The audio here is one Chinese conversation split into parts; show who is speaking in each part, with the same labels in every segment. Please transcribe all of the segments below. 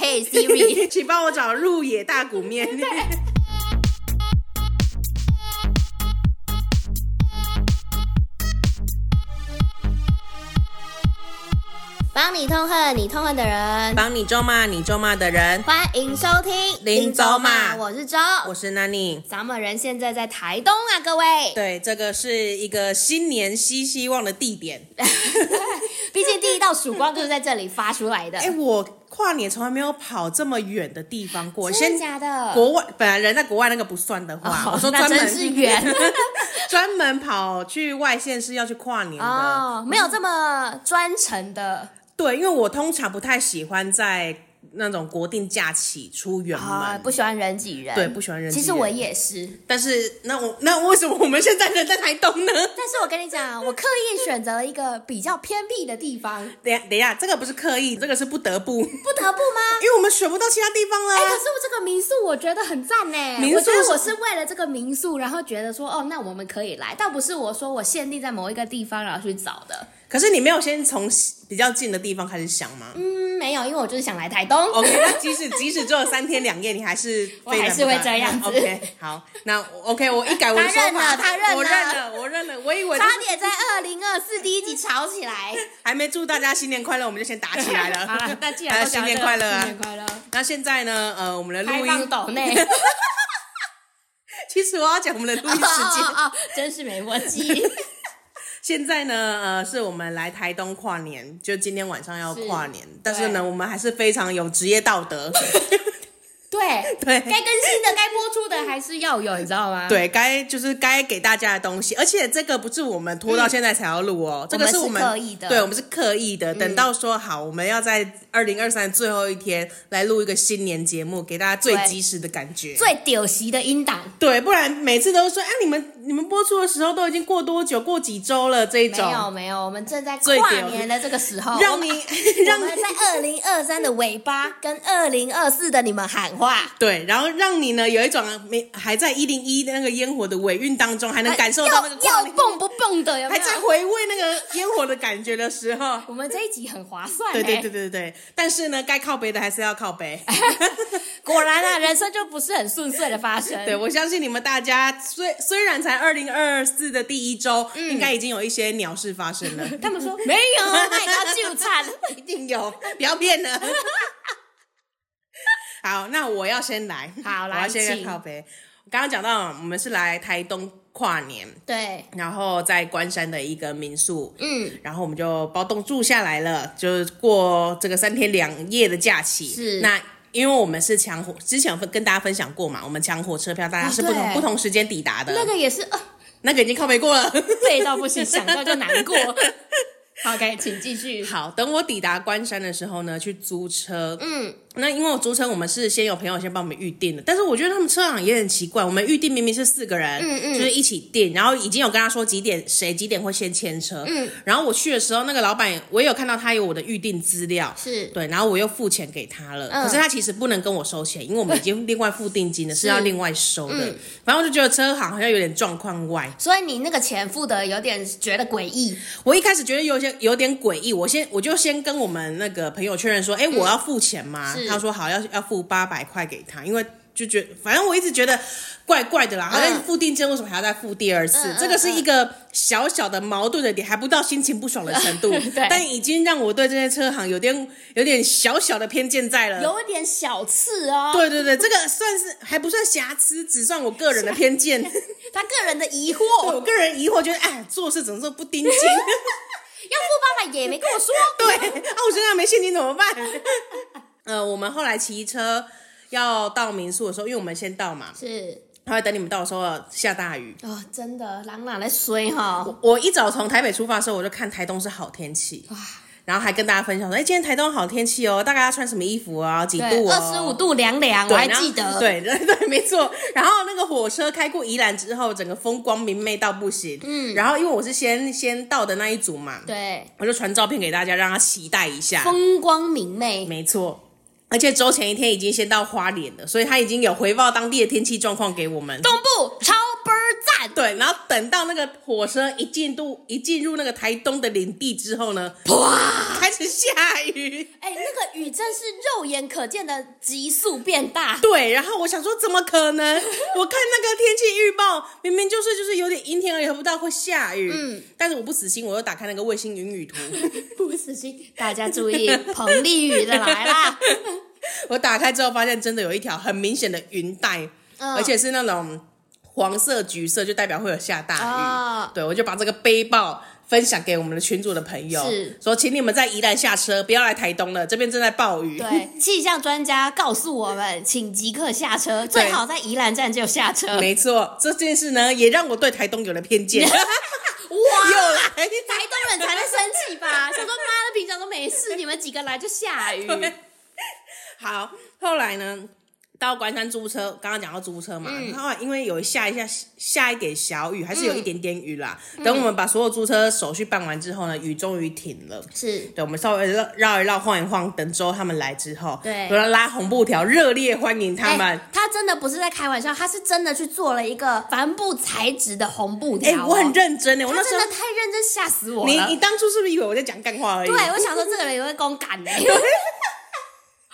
Speaker 1: 嘿 Siri，
Speaker 2: 请帮我找入野大骨面。
Speaker 1: 帮你痛恨你痛恨的人。
Speaker 2: 帮你咒骂你咒骂的人，
Speaker 1: 欢迎收听
Speaker 2: 林州骂
Speaker 1: 我是周，
Speaker 2: 我是 Nani。
Speaker 1: 咱们人现在在台东啊，各位。
Speaker 2: 对，这个是一个新年新希望的地点。
Speaker 1: 毕竟第一道曙光就是在这里发出来的。
Speaker 2: 哎、我跨年从来没有跑这么远的地方过。
Speaker 1: 真
Speaker 2: 先
Speaker 1: 的假的？
Speaker 2: 国外本来人在国外那个不算的话，
Speaker 1: 哦
Speaker 2: 我说
Speaker 1: 那
Speaker 2: 专门
Speaker 1: 真是远
Speaker 2: 专门跑去外县市要去跨年的。
Speaker 1: 哦，没有这么专程的
Speaker 2: 对，因为我通常不太喜欢在那种国定假期出远门。
Speaker 1: 啊，不喜欢人挤人。
Speaker 2: 哦对不喜欢人挤
Speaker 1: 其
Speaker 2: 人
Speaker 1: 实我也是，
Speaker 2: 但是那我那为什么我们现在人在台东呢？
Speaker 1: 但是我跟你讲，我刻意选择了一个比较偏僻的地方，
Speaker 2: 等一下等一下，这个不是刻意，这个是不得不，因
Speaker 1: 不得不吗？
Speaker 2: 为我们选不到其他地方了
Speaker 1: 哎、
Speaker 2: 啊。
Speaker 1: 可是我这个民宿我觉得很赞呢。
Speaker 2: 民宿
Speaker 1: 我觉得
Speaker 2: 是
Speaker 1: 我是为了这个民宿，然后觉得说，哦，那我们可以来，倒不是我说我限定在某一个地方然后去找的。
Speaker 2: 可是你没有先从比较近的地方开始想吗、
Speaker 1: 嗯，没有，因为我就是想来台东。
Speaker 2: o k 那即使即使只有三天两夜，你还是
Speaker 1: 我
Speaker 2: 非
Speaker 1: 还
Speaker 2: 常
Speaker 1: 是
Speaker 2: 不
Speaker 1: 会
Speaker 2: 敢
Speaker 1: 这样子
Speaker 2: OK，好，那我 OK，我一改我的
Speaker 1: 他
Speaker 2: 说
Speaker 1: 认
Speaker 2: 法，
Speaker 1: 了他认了
Speaker 2: 我认了，我认了。我以为就
Speaker 1: 差
Speaker 2: 是
Speaker 1: 点在二零二四第一集吵起 来。
Speaker 2: 还没祝大家新年快乐，我们就先打起来 了。
Speaker 1: 好了，那既
Speaker 2: 大
Speaker 1: 然都
Speaker 2: 家新
Speaker 1: 讲
Speaker 2: 年
Speaker 1: 这个
Speaker 2: 快乐啊
Speaker 1: 新！年快乐，
Speaker 2: 那现在呢？呃，我们的
Speaker 1: 开
Speaker 2: 录
Speaker 1: 放
Speaker 2: 音，
Speaker 1: 岛内
Speaker 2: 其实我要讲我们的录音时 间
Speaker 1: 哦。哦哦，真是没默 契。
Speaker 2: 现在呢，呃，是我们来台东跨年，就今天晚上要
Speaker 1: 是
Speaker 2: 跨年，但是呢，我们还是非常有职业 道德，
Speaker 1: 对，
Speaker 2: 对
Speaker 1: 该更新的、该播出的还是要有，你知道吗？，
Speaker 2: 对该就是该给大家的东西，而且这个不是我们拖到现在才要录哦，这个我们
Speaker 1: 嗯我们是刻意的嗯
Speaker 2: 对我们是刻意的，等到说好，我们要在二零二三最后一天来录一个新年节目，给大家最
Speaker 1: 对
Speaker 2: 及时的感觉。
Speaker 1: 最屌席的音档。
Speaker 2: 对，不然每次都说，哎、你们你们播出的时候都已经过多久，过几周了这一
Speaker 1: 没有
Speaker 2: 种，
Speaker 1: 没有，我们正在
Speaker 2: 最
Speaker 1: 跨
Speaker 2: 屌
Speaker 1: 年的这个时候，
Speaker 2: 让
Speaker 1: 我
Speaker 2: 你
Speaker 1: 们
Speaker 2: 让
Speaker 1: 我
Speaker 2: 你
Speaker 1: 们在二零二三的尾巴跟二零二四的你们喊话，
Speaker 2: 对，然后让你呢有一种没还在一零一的那个烟火的尾韵当中，还能感受到那个
Speaker 1: 哎要
Speaker 2: 跨
Speaker 1: 要
Speaker 2: 年，
Speaker 1: 蹦不蹦的，有没
Speaker 2: 还在
Speaker 1: 有？
Speaker 2: 回味那个烟火的感觉的时候。
Speaker 1: 我们这一集很划算、欸，
Speaker 2: 对对对对对，但是呢，该靠背的还是要 靠背。
Speaker 1: 果然啊，人生就不是很顺遂的发生。
Speaker 2: 对，我相信你们大家虽虽然才二零二四的第一周，
Speaker 1: 嗯
Speaker 2: 应该已经有一些鸟事发生 了，
Speaker 1: 他们说没有，那你要就 餐。
Speaker 2: 一定有，不要骗 了。好，那我要先来，
Speaker 1: 好
Speaker 2: 我
Speaker 1: 来
Speaker 2: 要先
Speaker 1: 请
Speaker 2: 靠背。刚刚讲到，我们是来台东跨年，
Speaker 1: 对，
Speaker 2: 然后在关山的一个民宿，
Speaker 1: 嗯，
Speaker 2: 然后我们就包栋住下来了，就是过这个三天两夜的假期。
Speaker 1: 是
Speaker 2: 那。因为我们是抢火，之前有分跟大家分享过嘛，我们抢火车票，大家
Speaker 1: 哦
Speaker 2: 是不同、
Speaker 1: 对
Speaker 2: 不同时间抵达的。
Speaker 1: 那个也是呃
Speaker 2: 那个已经靠背过了。
Speaker 1: 背到不行，想到就难过。好，OK，请继续。
Speaker 2: 好，等我抵达关山的时候呢，去租车。
Speaker 1: 嗯，
Speaker 2: 那因为我租车，我们是先有朋友先帮我们预定的，但是我觉得他们车行也很奇怪，我们预定明明是四个人，嗯嗯，就是一起订，然后已经有跟他说几点谁几点会先签车，嗯，然后我去的时候，那个老板我也有看到他有我的预定资料，
Speaker 1: 是
Speaker 2: 对，然后我又付钱给他了，
Speaker 1: 嗯
Speaker 2: 可是他其实不能跟我收钱，因为我们已经另外付定金了，是要另外收的，
Speaker 1: 嗯
Speaker 2: 反正我就觉得车行好像有点状况外，
Speaker 1: 所以你那个钱付的有点觉得诡异，
Speaker 2: 我一开始觉得有些有点诡异，我先我就先跟我们那个朋友确认说，哎、我要付钱吗？
Speaker 1: 是
Speaker 2: 他说好，要要付八百块给他，因为就觉得反正我一直觉得怪怪的啦，好像付定金为什么还要再付第二次？
Speaker 1: 嗯嗯嗯
Speaker 2: 这个是一个小小的矛盾的点，还不到心情不爽的程度
Speaker 1: 嗯 对，
Speaker 2: 但已经让我对这些车行有点有点小小的偏见在了。
Speaker 1: 有一点小刺哦。
Speaker 2: 嗯对对对，这个算是还不算瑕疵，只算我个人的偏见。 对
Speaker 1: 他个人的疑惑，
Speaker 2: 我个人疑惑，觉得哎，做事怎么这么不盯紧？
Speaker 1: 要付爸爸也没跟我说。
Speaker 2: 对，啊，我身上没现金怎么办？ 呃，我们后来骑车要到民宿的时候，因为我们先到嘛，
Speaker 1: 是
Speaker 2: 他会等你们到的时候下大雨。
Speaker 1: 哦，真的，朗朗在衰哈。
Speaker 2: 我一早从台北出发的时候，我就看台东是好天气，然后还跟大家分享说，哎、今天台东好天气哦，大概要穿什么衣服啊，几
Speaker 1: 对，
Speaker 2: 度哦，
Speaker 1: 二十五度凉凉，我
Speaker 2: 对
Speaker 1: 还
Speaker 2: 然后
Speaker 1: 记得。，
Speaker 2: 对对对，没错。然后那个火车开过宜兰之后，整个风光明媚到不行。嗯，然后因为我是先先到的那一组嘛，
Speaker 1: 对，
Speaker 2: 我就传照片给大家，让他期待一下。
Speaker 1: 风光明媚，
Speaker 2: 没错，而且周前一天已经先到花莲了，所以他已经有回报当地的天气状况给我们。
Speaker 1: 东部超倍儿赞！
Speaker 2: 对，然后等到那个火车一进入一进入那个台东的领地之后呢，
Speaker 1: 哇！
Speaker 2: 开始下雨。
Speaker 1: 哎、那个雨真是肉眼可见的急速变大。
Speaker 2: 对，然后我想说，怎么可能？我看那个天气预报，明明就是就是有点阴天而已，还不到会下雨。嗯，但是我不死心，我又打开那个卫星云雨图，
Speaker 1: 不死心，大家注意，彭丽雨的来啦！
Speaker 2: 我打开之后发现真的有一条很明显的云带，
Speaker 1: 嗯
Speaker 2: 而且是那种黄色、橘色，就代表会有下大雨。
Speaker 1: 哦
Speaker 2: 对，我就把这个背报分享给我们的群主的朋友
Speaker 1: 是，
Speaker 2: 说请你们在宜兰下车，不要来台东了，这边正在暴雨。
Speaker 1: 对，气象专家告诉我们，请即刻下车，最好在宜兰站就下车。
Speaker 2: 没错，这件事呢也让我对台东有了偏见。 又
Speaker 1: 哇！台
Speaker 2: 来，
Speaker 1: 东人才会生气吧？想说妈的，平常都没事，你们几个来就下 雨。
Speaker 2: 好，后来呢，到关山租车，刚刚讲到租车嘛，
Speaker 1: 嗯
Speaker 2: 后来因为有下一下下一点小雨，还是有一点点雨啦。
Speaker 1: 嗯
Speaker 2: 等我们把所有租车手续办完之后呢，雨终于停了。
Speaker 1: 是，
Speaker 2: 对，我们稍微绕绕一绕，晃一晃，等周他们来之后，
Speaker 1: 对
Speaker 2: 我要拉红布条，热烈欢迎他们。
Speaker 1: 哎他真的不是在开玩笑，他是真的去做了一个帆布材质的红布
Speaker 2: 哎、
Speaker 1: 条、哦。
Speaker 2: 我很认真的，我
Speaker 1: 他
Speaker 2: 那时
Speaker 1: 真的
Speaker 2: 候，
Speaker 1: 太认真，吓死我
Speaker 2: 你
Speaker 1: 了。
Speaker 2: 你当初是不是以为我在讲干话而已？
Speaker 1: 对，我想说这个人也会公感 呢、我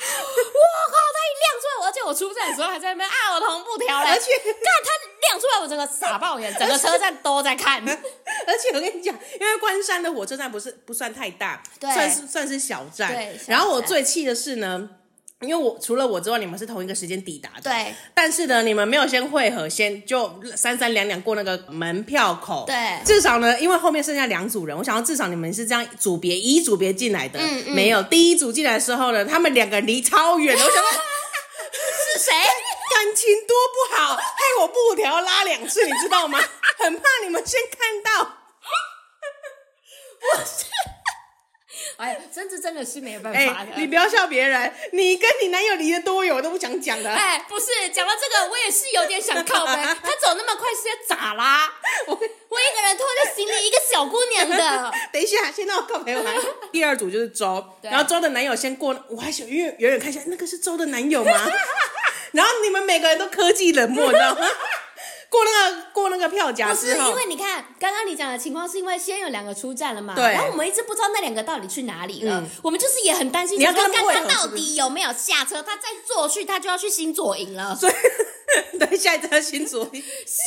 Speaker 1: 靠，他一亮出来，而且我出站的时候还在那边啊，我的红布条嘞，
Speaker 2: 而且
Speaker 1: 看他亮出来，我整个傻爆 眼，整个车站都在看。
Speaker 2: 而且我跟你讲，因为关山的火车站不是不算太大，
Speaker 1: 对
Speaker 2: 算是算是小站。
Speaker 1: 对小
Speaker 2: 然后我
Speaker 1: 站
Speaker 2: 最气的是呢，因为我除了我之外，你们是同一个时间抵达的。。
Speaker 1: 对
Speaker 2: 但是呢，你们没有先汇合，先就三三两两过那个门票口。
Speaker 1: 对
Speaker 2: 至少呢，因为后面剩下两组人，我想要至少你们是这样组别一组别进来的。
Speaker 1: 嗯嗯
Speaker 2: 没有，第一组进来的时候呢，他们两个离超远的，我想说
Speaker 1: 是谁？
Speaker 2: 感情多不好，害我布条拉两次，你知道 吗？很怕你们先看到。
Speaker 1: 哎，真的真的是没有办
Speaker 2: 哎、
Speaker 1: 法的。
Speaker 2: 你不要笑别人，你跟你男友离得多远，我都不想讲的。
Speaker 1: 哎，不是，讲到这个，我也是有点想靠背。他走那么快是要咋啦？
Speaker 2: 我
Speaker 1: 我一个人拖着行李，一个小姑娘 的，
Speaker 2: 等一下，先让我告白完。第二组就是周，
Speaker 1: 对
Speaker 2: 然后周的男友先过，我还想远远远看一下，那个是周的 男友吗？然后你们每个人都科技冷漠，你知道 吗？过那个过那个票
Speaker 1: 不
Speaker 2: 夹
Speaker 1: 是
Speaker 2: 之后
Speaker 1: 因，为你看，刚刚你讲的情况是因为先有两个出站了嘛，
Speaker 2: 对嗯
Speaker 1: 然后我们一直不知道那两个到底去哪里了，我们就是也很担心，
Speaker 2: 你要
Speaker 1: 想说
Speaker 2: 跟他
Speaker 1: 看
Speaker 2: 们
Speaker 1: 他
Speaker 2: 啊会合
Speaker 1: 到
Speaker 2: 是不是
Speaker 1: 底有没有下车，他再坐去他就要去新左营了，
Speaker 2: 所以 对下一站新左营。
Speaker 1: 吓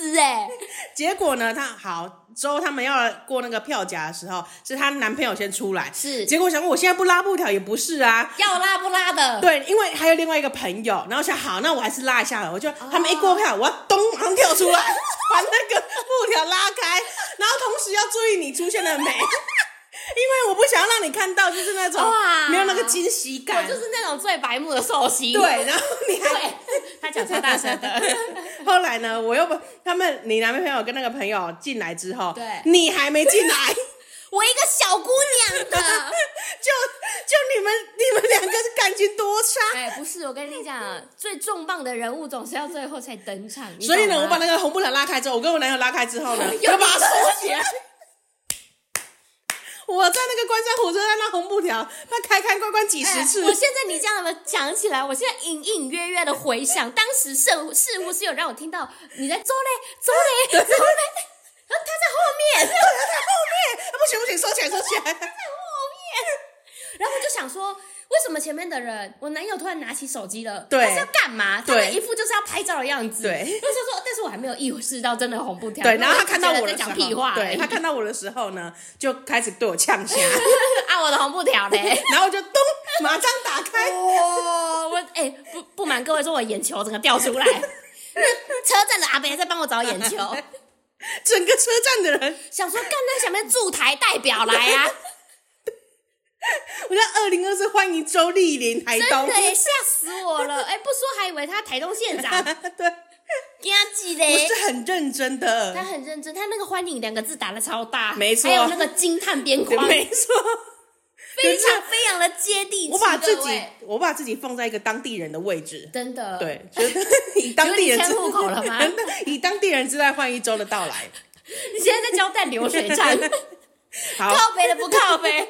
Speaker 1: 死哎、
Speaker 2: 结果呢，他好周他们要过那个票夹的时候，是她男朋友先出来，
Speaker 1: 是
Speaker 2: 结果想说我现在不拉布条也不是啊，
Speaker 1: 要拉不拉 的，
Speaker 2: 对，因为还有另外一个朋友，然后想好，那我还是拉一下了。我就、他们一过票，我要咚马上跳出来，把那个布条拉开，然后同时要注意你出现了没，因为我不想要让你看到，就是那种
Speaker 1: 哇
Speaker 2: 没有那个惊喜
Speaker 1: 我
Speaker 2: 感。
Speaker 1: 就是那种最白目的寿星，
Speaker 2: 对，然后你还
Speaker 1: 对，他讲超大声 的，
Speaker 2: 后来呢，我又不，他们你男朋友跟那个朋友进来之后，
Speaker 1: 对
Speaker 2: 你还没进来，
Speaker 1: 我一个小姑娘的。
Speaker 2: 就就你们你们两个是感情多差。
Speaker 1: 哎，不是，我跟你讲，最重磅的人物总是要最后才登场。你
Speaker 2: 所以呢，
Speaker 1: 懂啊
Speaker 2: 我
Speaker 1: 吗
Speaker 2: 把那个红布条拉开之后，我跟我男友拉开之后呢， 我
Speaker 1: 又
Speaker 2: 就把它收
Speaker 1: 起来。
Speaker 2: 我在那个关山火车站那红布条，他开开关关几十
Speaker 1: 哎
Speaker 2: 次，
Speaker 1: 我现在你这样讲起来，我现在隐隐约约的回想，当时似 乎似乎是有让我听到你在走嘞 走 嘞走嘞，然后他在后面，他在后面，
Speaker 2: 啊不行不行，收起来收起来。
Speaker 1: 在后面，然后我就想说。为什么前面的人，我男友突然拿起手机了？
Speaker 2: 对
Speaker 1: 他是要干嘛？他的
Speaker 2: 对
Speaker 1: 一副就是要拍照的样子。
Speaker 2: 对
Speaker 1: 我就说，但是我还没有意识到真的红布条。
Speaker 2: 对，然后他
Speaker 1: 就
Speaker 2: 看到
Speaker 1: 觉得
Speaker 2: 我
Speaker 1: 在
Speaker 2: 的时
Speaker 1: 讲
Speaker 2: 候，
Speaker 1: 屁话欸而已，
Speaker 2: 对他看到我的时候呢，就开始对我呛下，
Speaker 1: 啊，我的红布条嘞。
Speaker 2: 然后我就咚，马上打开。
Speaker 1: 哇！我哎、不不瞒各位说，我眼球整个掉出来。那车站的阿伯在帮我找眼球，
Speaker 2: 整个车站的人，
Speaker 1: 想说干那小妹驻台代表来 啊，
Speaker 2: 我在二零二四欢迎周丽玲台
Speaker 1: 真
Speaker 2: 东
Speaker 1: 的。耶吓死我了！哎、不说还以为他台东县长，
Speaker 2: 对，
Speaker 1: 惊死
Speaker 2: 我
Speaker 1: 嘞！
Speaker 2: 是很认真
Speaker 1: 他
Speaker 2: 的，
Speaker 1: 很认真，他那个欢迎两个字打的超大，
Speaker 2: 没错
Speaker 1: 还有那个惊叹边框，
Speaker 2: 没错。
Speaker 1: 非常非常的接地气。
Speaker 2: 我把自
Speaker 1: 各
Speaker 2: 己
Speaker 1: 位，
Speaker 2: 我把自己放在一个当地人的位置，
Speaker 1: 真的，
Speaker 2: 对，觉得 以当地人
Speaker 1: 呃有你
Speaker 2: 之
Speaker 1: 迁户口了 吗
Speaker 2: 以当地人之爱换一周的到来。
Speaker 1: 你现在在交代流水账。
Speaker 2: 好
Speaker 1: 靠北的不靠北，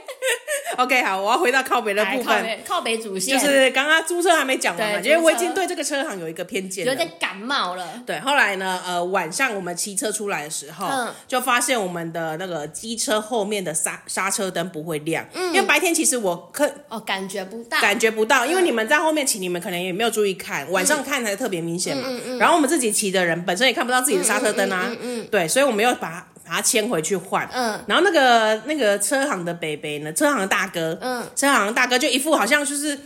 Speaker 2: ，OK，好，我要回到靠北 的
Speaker 1: 来
Speaker 2: 部
Speaker 1: 哎靠
Speaker 2: 分，
Speaker 1: 北靠北主线，
Speaker 2: 就是刚刚租车还没讲完嘛，
Speaker 1: 对
Speaker 2: 因为
Speaker 1: 租
Speaker 2: 我已经
Speaker 1: 车
Speaker 2: 对这个车行有一个偏见
Speaker 1: 有
Speaker 2: 了。
Speaker 1: 点感冒了。
Speaker 2: 对，后来呢，呃，晚上我们骑车出来的时候，
Speaker 1: 嗯
Speaker 2: 就发现我们的那个机车后面的刹刹车灯不会亮，
Speaker 1: 嗯
Speaker 2: 因为白天其实我可
Speaker 1: 哦，感觉不到，
Speaker 2: 感觉不到，因为你们在后面骑，你们可能也没有注意
Speaker 1: 嗯
Speaker 2: 看，晚上看才特别明显嘛。然后我们自己骑的人本身也看不到自己的刹车灯啊，对，所以我们又把它把它牵回去换。
Speaker 1: 嗯
Speaker 2: 然后那个那个车行的北北呢，车行的大哥，
Speaker 1: 嗯
Speaker 2: 车行的大哥就一副好像就是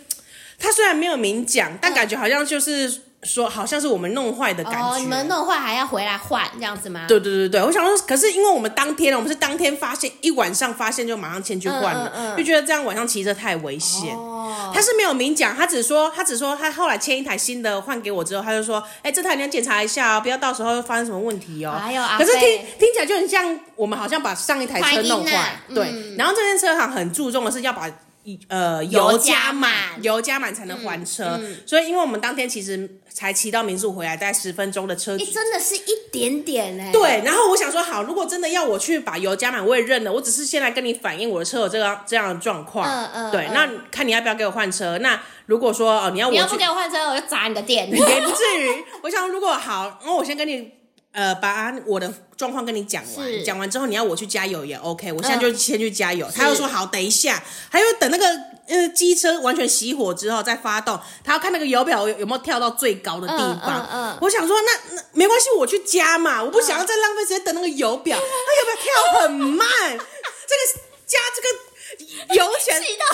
Speaker 2: 他虽然没有明讲，但感觉好像就是说好像是我们弄坏的感觉。
Speaker 1: 哦，你们弄坏还要回来换这样子吗？
Speaker 2: 对对对对，我想说，可是因为我们当天我们是当天发现，一晚上发现就马上前去换了，
Speaker 1: 嗯嗯嗯
Speaker 2: 就觉得这样晚上骑车太危险。
Speaker 1: 哦，
Speaker 2: 他是没有明讲，他只说他只说他后来签一台新的换给我之后，他就说，哎、这台你要检查一下哦，不要到时候发生什么问题哦。
Speaker 1: 哎呦阿
Speaker 2: 可是听
Speaker 1: 贝
Speaker 2: 听起来就很像我们好像把上一台车弄
Speaker 1: 怀疑呐
Speaker 2: 坏，对。然后这间车行很注重的是要把。呃，
Speaker 1: 油
Speaker 2: 油
Speaker 1: 加
Speaker 2: 加
Speaker 1: 满
Speaker 2: 满，嗯油加满才能还车。所以，因为我们当天其实才骑到民宿回来，大概十分钟的车
Speaker 1: 哎、
Speaker 2: 距
Speaker 1: 真的是一点点哎、，
Speaker 2: 对，然后我想说，好，如果真的要我去把油加满，我也认了。我只是先来跟你反映我的车有这个这样的状况。
Speaker 1: 嗯嗯
Speaker 2: 对，
Speaker 1: 嗯
Speaker 2: 那看你要不要给我换车。那如果说哦，你要我
Speaker 1: 你要
Speaker 2: 去
Speaker 1: 不，给我换车，我就砸你的店。
Speaker 2: 也不至于。我想如果好，那、我先跟你。呃，把我的状况跟你讲
Speaker 1: 是嗯
Speaker 2: 完，讲完之后你要我去加油也 OK，我现在就先去加油。他又说好，等一下，还有等那个呃机车完全熄火之后再发动，他要看那个油表有有没有跳到最高的地
Speaker 1: 嗯
Speaker 2: 方。
Speaker 1: 嗯嗯
Speaker 2: 我想说，那那没关系，我去加嘛，我不想要再浪费时间等那个油表，哎它油表跳很慢，这个加这个油钱
Speaker 1: 气到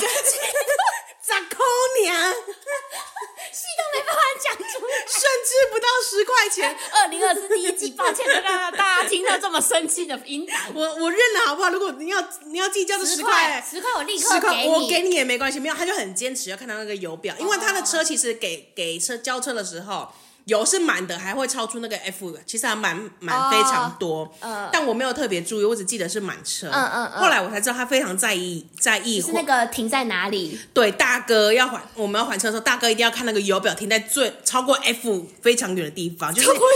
Speaker 2: 咋抠娘，
Speaker 1: 气都没办法讲出来。
Speaker 2: 甚至不到十块钱。
Speaker 1: 二零二四第一季，抱歉让大家大家听到这么生气的音档，
Speaker 2: 我我认了好不好？如果你要你要计较这
Speaker 1: 十
Speaker 2: 块，
Speaker 1: 十块我立刻
Speaker 2: 十块
Speaker 1: 给
Speaker 2: 我
Speaker 1: 你，哦
Speaker 2: 给你也没关系，没有，他就很坚持要看到那个油表，因为他的车其实给给车交车的时候。油是满的，还会超出那个 F，其实还满
Speaker 1: 哦
Speaker 2: 满非常多，
Speaker 1: 嗯
Speaker 2: 但我没有特别注意，我只记得是满车。
Speaker 1: 嗯嗯嗯
Speaker 2: 后来我才知道他非常在意在意
Speaker 1: 是那个停在哪里？
Speaker 2: 对大哥要还我们要还车的时候，大哥一定要看那个油表停在最超过 F 非常远的地方，就是就是要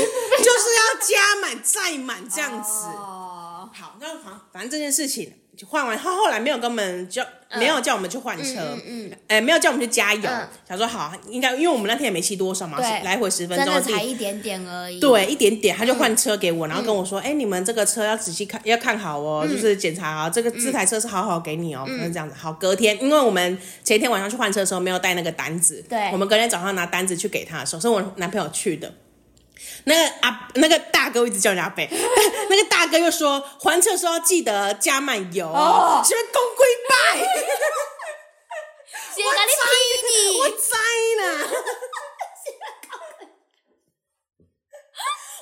Speaker 2: 加满再满这样子。
Speaker 1: 哦，
Speaker 2: 好，那好，反正这件事情就换完，他后来没有跟我们叫，没有叫我们去换车，
Speaker 1: 嗯
Speaker 2: 嗯，哎、没有叫我们去加油，
Speaker 1: 嗯
Speaker 2: 想说好，应该因为我们那天也没骑多少嘛，
Speaker 1: 对
Speaker 2: 来回十分
Speaker 1: 真
Speaker 2: 钟
Speaker 1: 的
Speaker 2: 地
Speaker 1: 才一点点而已。，
Speaker 2: 对，一点点，他就换车给我，然后跟我说：“哎、你们这个车要仔细看，要看好哦，就是检查哦，这个这台车是好好给你哦。”嗯，这样子。好，隔天，因为我们前一天晚上去换车的时候没有带那个单子，
Speaker 1: 对
Speaker 2: 我们隔天早上拿单子去给他的时候，是我男朋友去的。那个阿那个大哥我一直叫人家阿北， 那个大哥又说还车的时候要记得加满油
Speaker 1: 哦
Speaker 2: 哦，是不是公龟拜？
Speaker 1: 先赶紧
Speaker 2: 我
Speaker 1: 批你。
Speaker 2: 栽呢。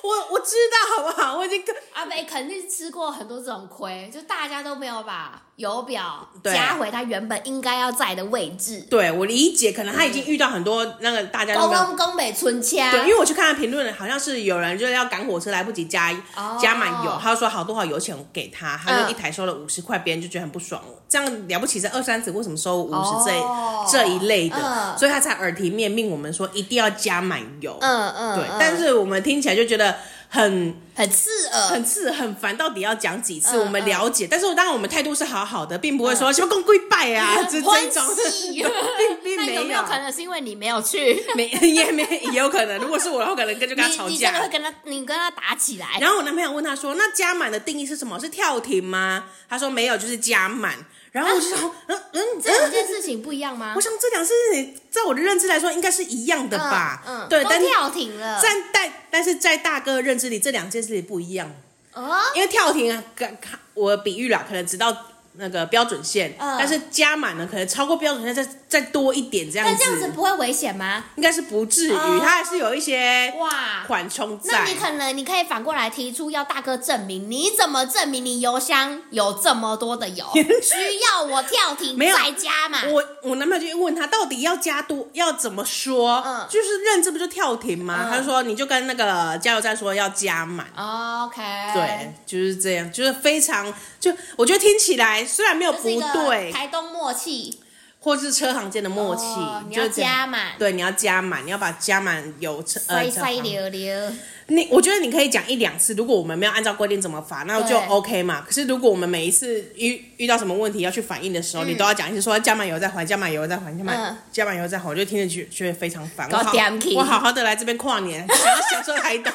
Speaker 2: 我我知道好不好？我已经跟
Speaker 1: 阿北肯定吃过很多这种亏，就大家都没有把油表
Speaker 2: 对
Speaker 1: 加回它原本应该要在的位置。
Speaker 2: 对我理解，可能他已经遇到很多那个大家都
Speaker 1: 公
Speaker 2: 没有。
Speaker 1: 公公北村掐，
Speaker 2: 对，因为我去看他评论，好像是有人就是要赶火车来不及加、
Speaker 1: 哦
Speaker 2: 加满油，他就说好多少油钱我给他，他
Speaker 1: 嗯
Speaker 2: 就一台收了五十块，别人就觉得很不爽，这样了不起是二三十，为什么收五
Speaker 1: 哦
Speaker 2: 十这、这一类的？
Speaker 1: 嗯
Speaker 2: 所以他才耳提面命我们说一定要加满油。
Speaker 1: 嗯嗯，
Speaker 2: 对，
Speaker 1: 嗯
Speaker 2: 但是我们听起来就觉得很
Speaker 1: 很刺耳，
Speaker 2: 很刺很烦，到底要讲几次？
Speaker 1: 嗯
Speaker 2: 我们了解，但是当然我们态度是好好的，并不会说
Speaker 1: 嗯
Speaker 2: 什么公跪 拜啊，这这
Speaker 1: 欢
Speaker 2: 种
Speaker 1: 喜
Speaker 2: 并 并
Speaker 1: 那
Speaker 2: 没
Speaker 1: 有没有可能是因为你没有去？
Speaker 2: 没也没也有可能，如果是我的话，可能 跟就跟他吵
Speaker 1: 你你真的会
Speaker 2: 架。
Speaker 1: 跟他，你跟他打起来。
Speaker 2: 然后我男朋友问他说：“那加满的定义是什么？是跳停吗？”他说：“没有，就是加满。”然后我就说：“嗯嗯
Speaker 1: 这两
Speaker 2: 嗯。
Speaker 1: 件事情不一样吗
Speaker 2: 我？想这两事情在我的认知来说应该是一样的吧，
Speaker 1: 嗯，嗯
Speaker 2: 对，
Speaker 1: 都
Speaker 2: 但
Speaker 1: 跳停了。
Speaker 2: 但但但是在大哥的认知里，这两件事情不一样。
Speaker 1: 哦，
Speaker 2: 因为跳停啊，可可我比喻啦，可能直到那个标准线，
Speaker 1: 嗯
Speaker 2: 但是加满了，可能超过标准线再再多一点这样
Speaker 1: 那
Speaker 2: 子，
Speaker 1: 这样子不会危险吗？
Speaker 2: 应该是不至于，
Speaker 1: 哦
Speaker 2: 它还是有一些
Speaker 1: 哇，
Speaker 2: 缓冲在。
Speaker 1: 那你可能你可以反过来提出要大哥证明，你怎么证明你油箱有这么多的 油？需要我跳停
Speaker 2: 没有
Speaker 1: 再加嘛？
Speaker 2: 我我男朋友就问他到底要加多要怎么说，
Speaker 1: 嗯
Speaker 2: 就是认知不就跳停吗？
Speaker 1: 嗯
Speaker 2: 他就说你就跟那个加油站说要加满。
Speaker 1: 哦 OK，
Speaker 2: 对，，就是这样，就是非常就我觉得听起来虽然没有
Speaker 1: 这是一
Speaker 2: 不
Speaker 1: 个
Speaker 2: 对，
Speaker 1: 台东默契，
Speaker 2: 或是车行间的默契，
Speaker 1: 哦你
Speaker 2: 就
Speaker 1: 要
Speaker 2: 是这样
Speaker 1: 加满，
Speaker 2: 对，你要加满，你要把加满有车
Speaker 1: 塞
Speaker 2: 呃车
Speaker 1: 塞
Speaker 2: 行
Speaker 1: 溜溜，
Speaker 2: 你我觉得你可以讲一两次，如果我们没有按照规定怎么罚，那就
Speaker 1: 对
Speaker 2: OK 嘛。可是如果我们每一次遇遇到什么问题要去反应的时候，你都要讲一次说加满油再还，加满油再还，加满、
Speaker 1: 嗯
Speaker 2: 加满油再还，我就听着觉觉得非常烦。
Speaker 1: 搞
Speaker 2: 我好
Speaker 1: 点气
Speaker 2: 我好好的来这边跨年，想要享受台 岛。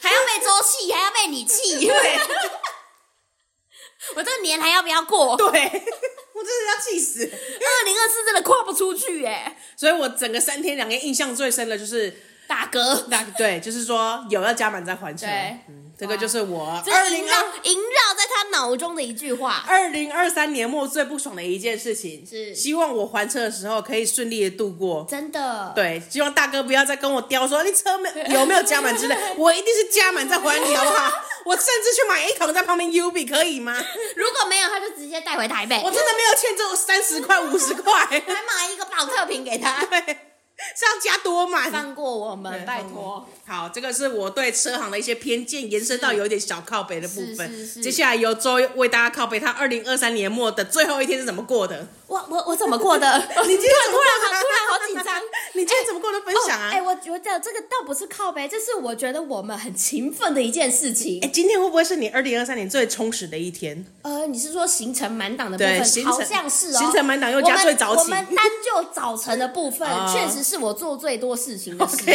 Speaker 1: 还要被周气，还要被你气，
Speaker 2: 对
Speaker 1: 我这个年还要不要过？
Speaker 2: 对，我真的要气死。
Speaker 1: 二零二四真的跨不出去耶、
Speaker 2: 所以我整个三天两夜印象最深的就是
Speaker 1: 大哥，
Speaker 2: 那对，就是说有要加满再还车。
Speaker 1: 对
Speaker 2: 嗯，这个就是我
Speaker 1: 这
Speaker 2: 二
Speaker 1: 是萦
Speaker 2: 零
Speaker 1: 绕
Speaker 2: 二
Speaker 1: 萦绕在他脑中的一句话。
Speaker 2: 二零二三年末最不爽的一件事情
Speaker 1: 是
Speaker 2: 希望我还车的时候可以顺利的度过。
Speaker 1: 真的，
Speaker 2: 对，希望大哥不要再跟我刁说 你车没有没有加满之类，我一定是加满再还你好不好？ 我甚至去买一桶在旁边 U B 可以 吗？
Speaker 1: 如果没有，他就直接带回台北，
Speaker 2: 我真的没有欠这三十块五十块， 对，
Speaker 1: 还买一个保特瓶给 他，
Speaker 2: 是要加多满？
Speaker 1: 放过我们，
Speaker 2: 对
Speaker 1: 拜
Speaker 2: 放过
Speaker 1: 托。
Speaker 2: 好，这个是我对车行的一些偏见，延伸到有一点小靠北的部分。
Speaker 1: 是是是
Speaker 2: 接下来由周为大家靠北他二零二三年末的最后一天是怎么过的？
Speaker 1: 我我我怎么过的？
Speaker 2: 你今天怎么
Speaker 1: 突
Speaker 2: 过
Speaker 1: 然
Speaker 2: 的？
Speaker 1: 好突然好紧张
Speaker 2: 你今天怎么过的？ 分享啊！
Speaker 1: 哎、我觉得这个倒不是靠背，这是我觉得我们很勤奋的一件事情。
Speaker 2: 哎、今天会不会是你二零二三年最充实的一天？
Speaker 1: 呃，你是说行程满档的部
Speaker 2: 对
Speaker 1: 分，
Speaker 2: 行
Speaker 1: 好
Speaker 2: 程
Speaker 1: 像是哦，
Speaker 2: 行程满档又加最早起
Speaker 1: 我们我们单就早晨的部分
Speaker 2: 啊，
Speaker 1: 确实是我做最多事情的时候。
Speaker 2: OK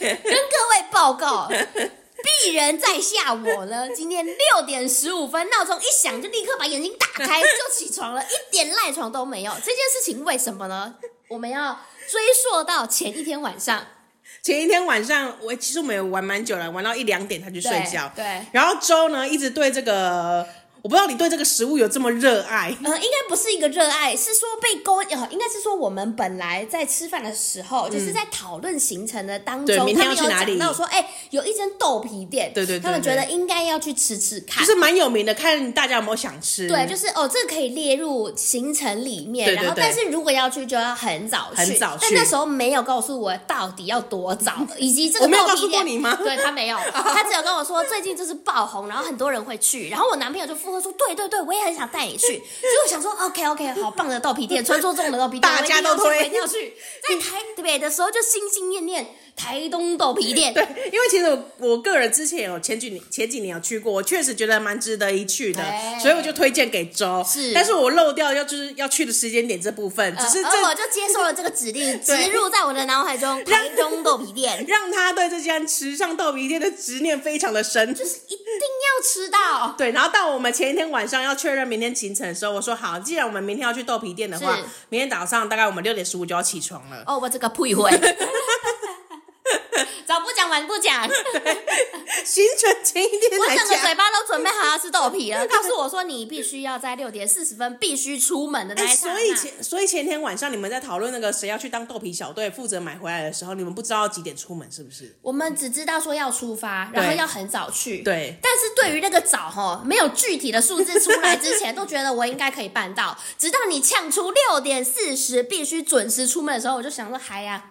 Speaker 1: 跟各位报告，鄙人在下我呢，今天六点十五分闹钟一响，就立刻把眼睛打开就起床了，一点赖床都没有。这件事情为什么呢？我们要追溯到前一天晚上，
Speaker 2: 前一天晚上，我其实我们有玩蛮久了，玩到一两点才去睡觉。
Speaker 1: 对对
Speaker 2: 然后周呢，一直对这个，我不知道你对这个食物有这么热爱。
Speaker 1: 呃，应该不是一个热爱，是说被勾，呃，应该是说我们本来在吃饭的时候，就是在讨论行程的当
Speaker 2: 嗯对
Speaker 1: 中，
Speaker 2: 明
Speaker 1: 他
Speaker 2: 天
Speaker 1: 们
Speaker 2: 要
Speaker 1: 有
Speaker 2: 去哪里
Speaker 1: 讲到说，哎、有一间豆皮店，
Speaker 2: 对对对
Speaker 1: 他们
Speaker 2: 对
Speaker 1: 觉得应该要去吃吃看。
Speaker 2: 就是蛮有名的，看大家有没有想吃。
Speaker 1: 对，就是哦，这个可以列入行程里面。
Speaker 2: 嗯对对
Speaker 1: 然后，
Speaker 2: 对
Speaker 1: 但是如果要去，就要很早去。
Speaker 2: 很早去
Speaker 1: 但那时候没有告诉我到底要多早，以及这个
Speaker 2: 我没有
Speaker 1: 豆皮
Speaker 2: 告诉过
Speaker 1: 店
Speaker 2: 你吗
Speaker 1: 对他 没有，他只有跟我说最近就是爆红，然后很多人会去。然后我男朋友就附和说：“对对对，我也很想带 你去。”所以我想说：“OK OK，好棒的豆皮店，传说中的豆皮店，
Speaker 2: 大家都推
Speaker 1: 我一定要去我一定要去。”在台北的时候就心心念念台东豆皮 店。
Speaker 2: 对，因为其实我我个人之前有前几年前几年有去过，我确实觉得蛮值得一去的，
Speaker 1: 哎
Speaker 2: 所以我就推荐给周。
Speaker 1: 是
Speaker 2: 但是我漏掉要就是要去的时间点这部分，
Speaker 1: 呃
Speaker 2: 只是这、
Speaker 1: 而我就接受了这个指令，植
Speaker 2: 对
Speaker 1: 入在我的脑海中，台东豆皮店。
Speaker 2: 让他对这家时尚豆皮店的执念非常的深。
Speaker 1: 就是一定要吃到。
Speaker 2: 对，然后到我们前一天晚上要确认明天行程的时候，我说好，既然我们明天要去豆皮店的话
Speaker 1: 是，
Speaker 2: 明天早上大概我们六点十五就要起床了。
Speaker 1: 哦，我这个 屁会，早不讲晚不讲，我
Speaker 2: 行程前一天才
Speaker 1: 整个嘴
Speaker 2: 讲。哎
Speaker 1: 巴都准备好要吃豆皮了。告诉我说你必须要在六点四十分必须出门的那
Speaker 2: 哎，
Speaker 1: 一刹那
Speaker 2: 所以前所以前天晚上你们在讨论那个谁要去当豆皮小队负责买回来的时候，你们不知道几点出门是不是？
Speaker 1: 我们只知道说要出发，
Speaker 2: 对
Speaker 1: 然后要很早去。。
Speaker 2: 对，
Speaker 1: 但是对于那个早哈，没有具体的数字出来之前，都觉得我应该可以办到。直到你呛出六点四十必须准时出门的时候，我就想说嗨呀、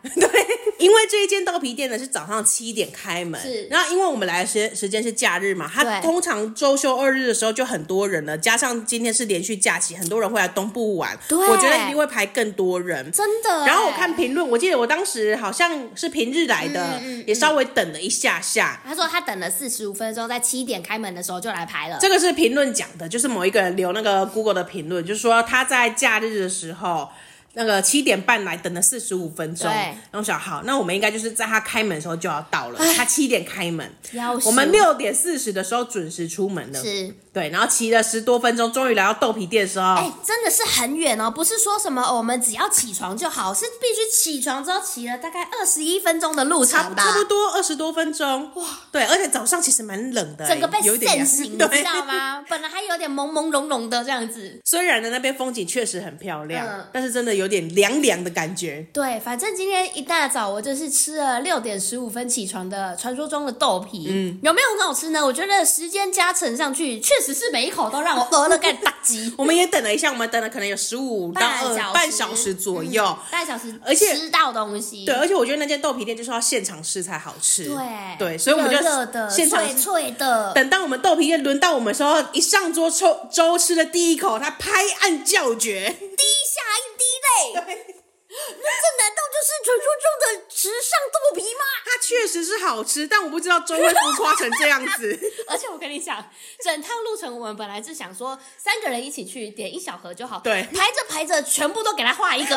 Speaker 2: 因为这一间豆皮店呢是早上七点开门，
Speaker 1: 是
Speaker 2: 然后因为我们来的时间时间是假日嘛，它
Speaker 1: 对
Speaker 2: 通常周休二日的时候就很多人了，加上今天是连续假期，很多人会来东部玩，
Speaker 1: 对
Speaker 2: 我觉得一定会排更多人。
Speaker 1: 真的欸、
Speaker 2: 然后我看评论，我记得我当时好像是平日来
Speaker 1: 嗯
Speaker 2: 的，也稍微等了一下下。
Speaker 1: 他说他等了四十五分钟，在七点开门的时候就来排了。
Speaker 2: 这个是评论讲的，就是某一个人留那个 Google 的评论，就是说他在假日的时候，那个七点半来等了四十五分钟，
Speaker 1: 对
Speaker 2: 然后我想好，那我们应该就是在他开门的时候就要到了，他七点开门，
Speaker 1: 要死
Speaker 2: 我们六点四十的时候准时出门的，
Speaker 1: 是，
Speaker 2: 对，然后骑了十多分钟，终于来到豆皮店的时候，
Speaker 1: 哎、真的是很远哦，不是说什么、哦我们只要起床就好，是必须起床之后骑了大概二十一分钟的路
Speaker 2: 差
Speaker 1: 程吧
Speaker 2: 差，不多二十多分钟，哇，对，而且早上其实蛮冷的、
Speaker 1: 整个被
Speaker 2: 有一点
Speaker 1: 震
Speaker 2: 凉
Speaker 1: 醒，你
Speaker 2: 对
Speaker 1: 知道吗？本来还有点朦朦胧胧的这样子。
Speaker 2: 虽然呢那边风景确实很漂亮，
Speaker 1: 嗯
Speaker 2: 但是真的有点凉凉的感觉。。
Speaker 1: 对，反正今天一大早我就是吃了六点十五分起床的传说中的豆皮，嗯，有没有很好吃呢？我觉得时间加乘上去，确实是每一口都让我饿了个大鸡
Speaker 2: 我们也等了一下，我们等了可能有十五到
Speaker 1: 半小
Speaker 2: 二
Speaker 1: 时嗯
Speaker 2: 半小时左右。
Speaker 1: 半小时，
Speaker 2: 而且
Speaker 1: 吃到东西，
Speaker 2: 对，而且我觉得那间豆皮店就是要现场吃才好吃。
Speaker 1: 对
Speaker 2: 对，所以我们就
Speaker 1: 热热的、
Speaker 2: 现场
Speaker 1: 脆脆的，
Speaker 2: 等到我们豆皮店轮到我们的 时候，一上桌抽粥吃的第一口，他拍案叫绝，
Speaker 1: 滴下一滴 对，那这难道就是传说中的时尚豆皮吗？
Speaker 2: 它确实是好吃，但我不知道周会浮夸成这样 子。
Speaker 1: 而且我跟你讲，整趟路程我们本来是想说三个人一起去点一小盒就好，
Speaker 2: 对
Speaker 1: 排着排着全部都给他画 一个，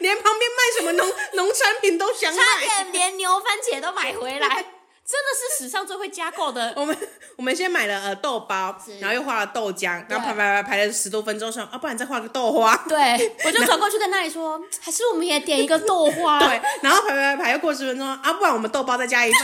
Speaker 2: 连旁边卖什么农农产品都想
Speaker 1: 差
Speaker 2: 买。
Speaker 1: 点连牛番茄都买回来，真的是史上最会加购的。
Speaker 2: 我们我们先买了呃豆包
Speaker 1: 是，
Speaker 2: 然后又画了豆浆，
Speaker 1: 对
Speaker 2: 然后排排排排了十多分钟，想啊，不然再画个豆花。
Speaker 1: 对，我就转过去跟那里说，还是我们也点一个豆花。
Speaker 2: 对，然后排排排又过十分钟啊，不然我们豆包再加一份。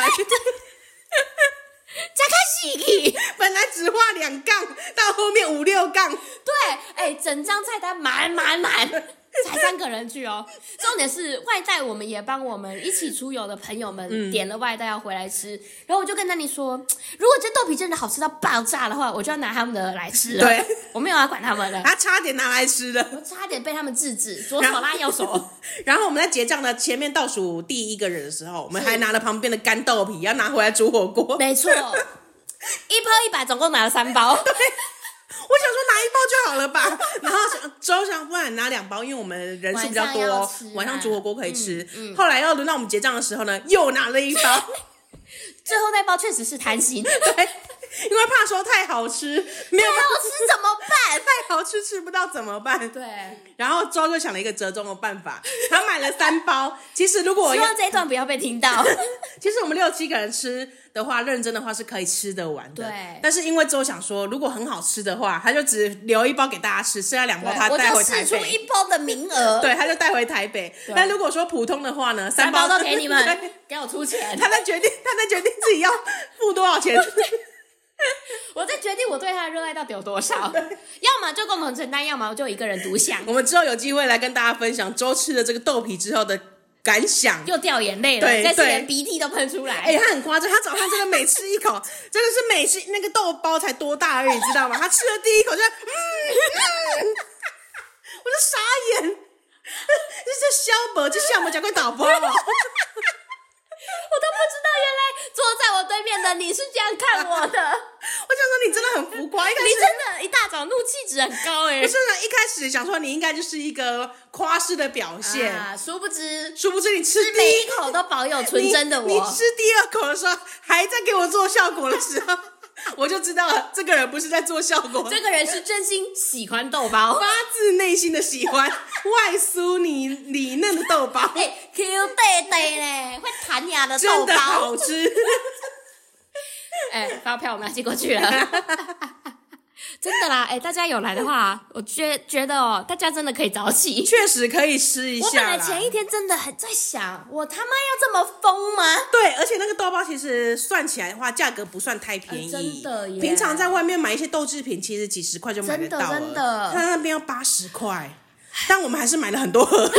Speaker 1: 加开喜力。
Speaker 2: 本来只画两杠，到后面五六杠，
Speaker 1: 对，哎、整张菜单满满 满，才三个人去哦。重点是外带，我们也帮我们一起出游的朋友
Speaker 2: 嗯
Speaker 1: 们点了外带要回来吃。然后我就跟丹尼说，如果这豆皮真的好吃到爆炸的话，我就要拿他们的来吃了。
Speaker 2: 对，啊
Speaker 1: 我没有要管他们了。
Speaker 2: 他差点拿来吃了。
Speaker 1: 我差点被他们制止，左手拉右 手，
Speaker 2: 然后我们在结账的前面倒数第一个人的时候，我们还拿了旁边的干豆皮，要拿回来煮火锅。
Speaker 1: 没错，一包一百，总共拿了三包。
Speaker 2: 我想说拿一包就好了吧，然后想之后想不然拿两包，因为我们人数比较多
Speaker 1: 晚上要
Speaker 2: 哦
Speaker 1: 吃，啊嗯
Speaker 2: 晚上煮火锅可以吃。后来要轮到我们结账的时候呢，又拿了一包，
Speaker 1: 最后那包确实是贪 心，太
Speaker 2: 对，因为怕说太好吃，没有办
Speaker 1: 好吃怎么办？
Speaker 2: 太好吃吃不到怎么办？
Speaker 1: 对，
Speaker 2: 然后之后就想了一个折中的办法， 他买了三包。其实如果我
Speaker 1: 希
Speaker 2: 要
Speaker 1: 望这一段不要被听 到。
Speaker 2: 其实我们六七个人吃的话，认真的话是可以吃得完的。
Speaker 1: 对
Speaker 2: 但是因为周想说，如果很好吃的话，他就只留一包给大家吃，剩下两包他
Speaker 1: 我
Speaker 2: 带
Speaker 1: 就
Speaker 2: 回台
Speaker 1: 试出
Speaker 2: 北。
Speaker 1: 一包的名额，
Speaker 2: 对，他就带回台北。但如果说普通的话呢，
Speaker 1: 三
Speaker 2: 三
Speaker 1: 包
Speaker 2: 包
Speaker 1: 都给你们
Speaker 2: 对，
Speaker 1: 给我出钱。
Speaker 2: 他在决定，他在决定自己要付 多少钱。
Speaker 1: 我再决定我对他的热爱到底有多少，要么就共同承担，要么我就一个人独享，
Speaker 2: 我们之后有机会来跟大家分享周吃了这个豆皮之后的感想。
Speaker 1: 又掉眼泪了，
Speaker 2: 对
Speaker 1: 再次
Speaker 2: 对
Speaker 1: 连鼻涕都喷出来。
Speaker 2: 哎、他很夸张，他早上真的每吃一 口，真的是每吃那个豆包才多大而已，知道吗？他吃了第一口就，嗯，嗯我就傻眼，这是消博，这消博讲快倒包了。
Speaker 1: 我都不知道，原来坐在我对面的你是这样看我的，
Speaker 2: 我想说你真的很浮 夸，一开
Speaker 1: 你
Speaker 2: 始。
Speaker 1: 真的，一大早怒气值很高哎、
Speaker 2: 我是想一开始想说你应该就是一个夸饰的表现，
Speaker 1: 啊，殊不知
Speaker 2: 殊不知你吃第
Speaker 1: 每
Speaker 2: 一
Speaker 1: 一口都保有纯真的
Speaker 2: 你你
Speaker 1: 我。
Speaker 2: 吃第二口的时候还在给我做效果的时候，我就知道了，这个人不是在做效果，
Speaker 1: 这个人是真心喜欢豆包
Speaker 2: 发，自内心的喜 欢外酥里里嫩的 豆包，
Speaker 1: 哎、q 弟弟嘞，会弹牙的豆
Speaker 2: 真的
Speaker 1: 包，
Speaker 2: 好吃。
Speaker 1: 哎、发票我们要寄过去了。 真的啦，哎、大家有来的 话，我觉觉得哦，大家真的可以早 起。
Speaker 2: 确实可以吃一
Speaker 1: 我本
Speaker 2: 下
Speaker 1: 来
Speaker 2: 啦
Speaker 1: 前一天真的很在想，我他妈要这么疯吗？
Speaker 2: 对，而且那个豆包其实算起来的话，价格不算太便宜。
Speaker 1: 呃真的耶
Speaker 2: 平常在外面买一些豆制品，其实几十块就买得到了。
Speaker 1: 真的真的
Speaker 2: 他那边要八十块，但我们还是买了很多 盒。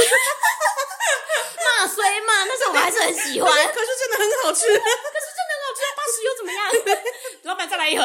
Speaker 1: 骂虽骂，但是我还是很喜欢。
Speaker 2: 可
Speaker 1: 可是真
Speaker 2: 是真的很好吃，
Speaker 1: 的很好吃，八十又怎么 样？老板再来一 盒。